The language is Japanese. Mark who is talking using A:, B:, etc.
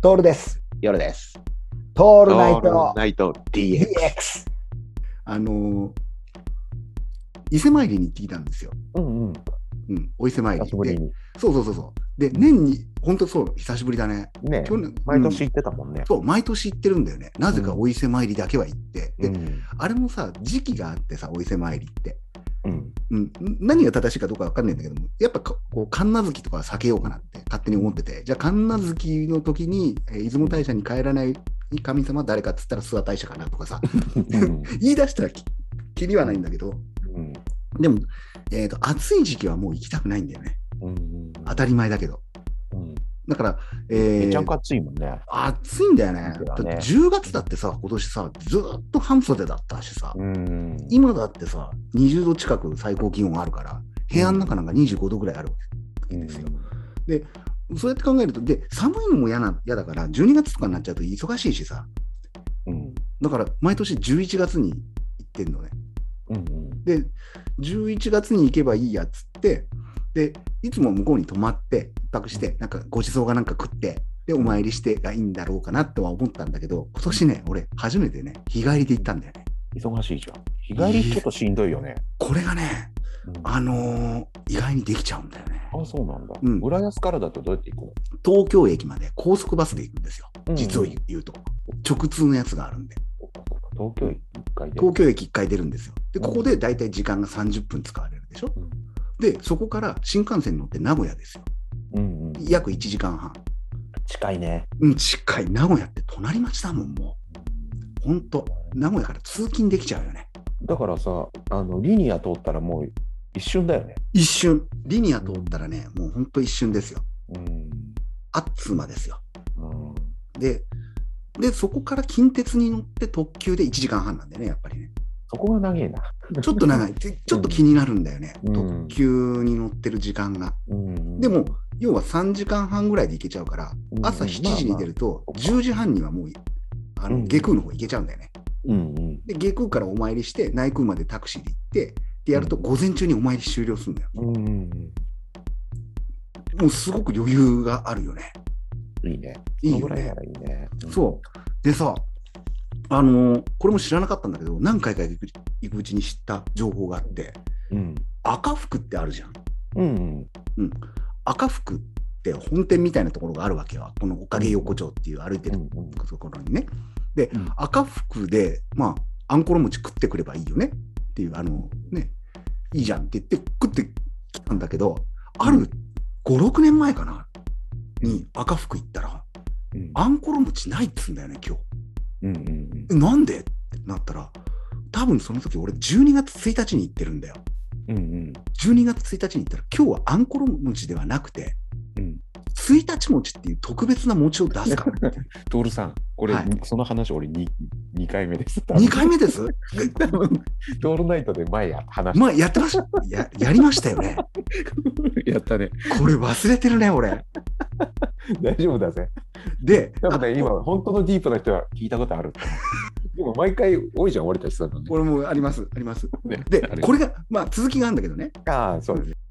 A: トールです。
B: 夜です。
A: ト
B: オ
A: ールナイト
B: ナイト DX。
A: DX。
C: あのー伊勢参りに行ってきたんですよ。
B: うんうん。
C: うん、お伊勢参り
B: 久しぶり
C: で。
B: に。
C: そうそうそうそう。で、年に、本当そう、久しぶりだね。
B: ね
C: 去年、
B: 毎年
C: うん
B: 行ってたもんね。
C: そう、毎年行ってるんだよね。なぜかお伊勢参りだけは行って。で、
B: ん。
C: あれもさ、時期があってさ、お伊勢参りって。
B: うん。
C: うん、何が正しいかどうかわかんないんだけども、やっぱここう、神奈月とかは避けようかなって勝手に思ってて、じゃあ神奈月の時に、えー出雲大社に帰らない神様は誰かっつったら諏訪大社かなとか さ、
B: うん
C: 言い出したらき、きりはないんだけど、
B: うん
C: でも、えーと、暑い時期はもう行きたくないんだよね。
B: うん
C: 当たり前だけど。
B: うん。
C: だから、えー
B: めちゃくちゃ暑いもんね。
C: 暑いんだよね。
B: そう
C: だ
B: だ
C: っ
B: ね
C: て10月だってさ、今年さ、ずーっと半袖だったしさ、
B: ん
C: 今だってさ、20度近く最高気温あるから、部屋の中なんか25度ぐらいあるわけですよ。そうやって考えると、で、寒いのも嫌な嫌だから、12月とかになっちゃうと忙しいしさ、
B: うん。
C: だから毎年11月に行ってんのね。
B: うん。
C: で、11月に行けばいいやっつって、で、いつも向こうに泊まって、一泊して、なんかご馳走がなんか食って、で、お参りしてがいいんだろうかなっては思ったんだけど、今年ね、俺、初めてね、日帰りで行ったんだよね。
B: 忙しいじゃん。日帰りちょっとしんどいよね。
C: これがね、
B: うんあ、
C: あのー意外にできちゃうんだよね。
B: そうなんだ。
C: うん
B: 浦安からだとどうやって行く
C: 東京駅まで高速バスで行くんですよ。
B: の
C: 実を言う言うと。直通のやつがあるんで。
B: 東京駅一回で。
C: 東京駅1回出るんですよ。で、
B: うん
C: ここで大体時間が30分使われるでしょ
B: うん。
C: で、そこから新幹線に乗って名古屋ですよ。
B: うんうん。
C: 約1時間半。
B: 近いね。
C: うん、近い。名古屋って隣町だもん、もう。ほんと、名古屋から通勤できちゃうよね。
B: だからさ、あの、リニア通ったらもう一瞬だよね。
C: 一瞬。リニア通ったらね、もうほんと一瞬ですよ。
B: うん。
C: あっつまですよ。
B: うん
C: で、で、そこから近鉄に乗って特急で1時間半なんだよね、やっぱりね。
B: そこが長いな。
C: ちょっと 長い。ちちょっと気になるんだよね。
B: うん
C: 特急に乗ってる時間が。
B: うん
C: でも、要は3時間半ぐらいで行けちゃうから、朝7時に出
B: る。
C: ると、
B: まあ
C: 10時半にはもう、あ
B: う
C: の
B: ん
C: 下空の方行けちゃうんだよね。
B: うんうん
C: で、下空からお参りして、内空までタクシーで行って、でやると午前中にお参り終了するんだよ。
B: うんうん
C: もうすごく余裕があるよね。
B: うん。いいね。
C: いい
B: その
C: よ
B: ぐらい
C: ね
B: な。らいいね。
C: そう。でさ、あのーこれも知らなかったんだけど、何回か行く行くうちに知った情報があって、
B: うん。
C: 赤福ってあるじゃん。
B: うんうん。
C: 赤福って本店みたいなところがあるわけよ。このおかげ横丁っていう歩いて
B: う
C: る
B: んうん
C: ところにね。で、
B: うん
C: 赤福で、まあ、あんころ餅食ってくればいいよねっていう、あの、ね、いいじゃんって言って食ってきたんだけど、あ
B: う
C: る5、6年前かな、に赤福行ったら、
B: うん
C: あんころ餅ないっつうんだよね、今日。
B: うんうん
C: えなんでってなったら、多分その時俺12月1日に行ってるんだよ。
B: うんうん
C: 12月1日に行ったら、今日はあんころ餅ではなくて、
B: うん
C: 1日餅っていう特別な餅を出すから
B: トールさん、これ、
C: はい
B: その話、俺に、2回目です。
C: 2回目です
B: 多分トールナイトで前や 話し
C: まあやってましたややりましたよね
B: た。やったね。
C: これ忘れてるね俺
B: 大丈夫だぜ。
C: で
B: 多分 ね、今、本当のディープな人は聞いたことある。でも、毎回多いじゃん、俺たちさんのね。
C: 俺もありますあります
B: ね
C: で
B: あれ
C: これがまあ続きがあるんだけどね
B: ああ、そうです。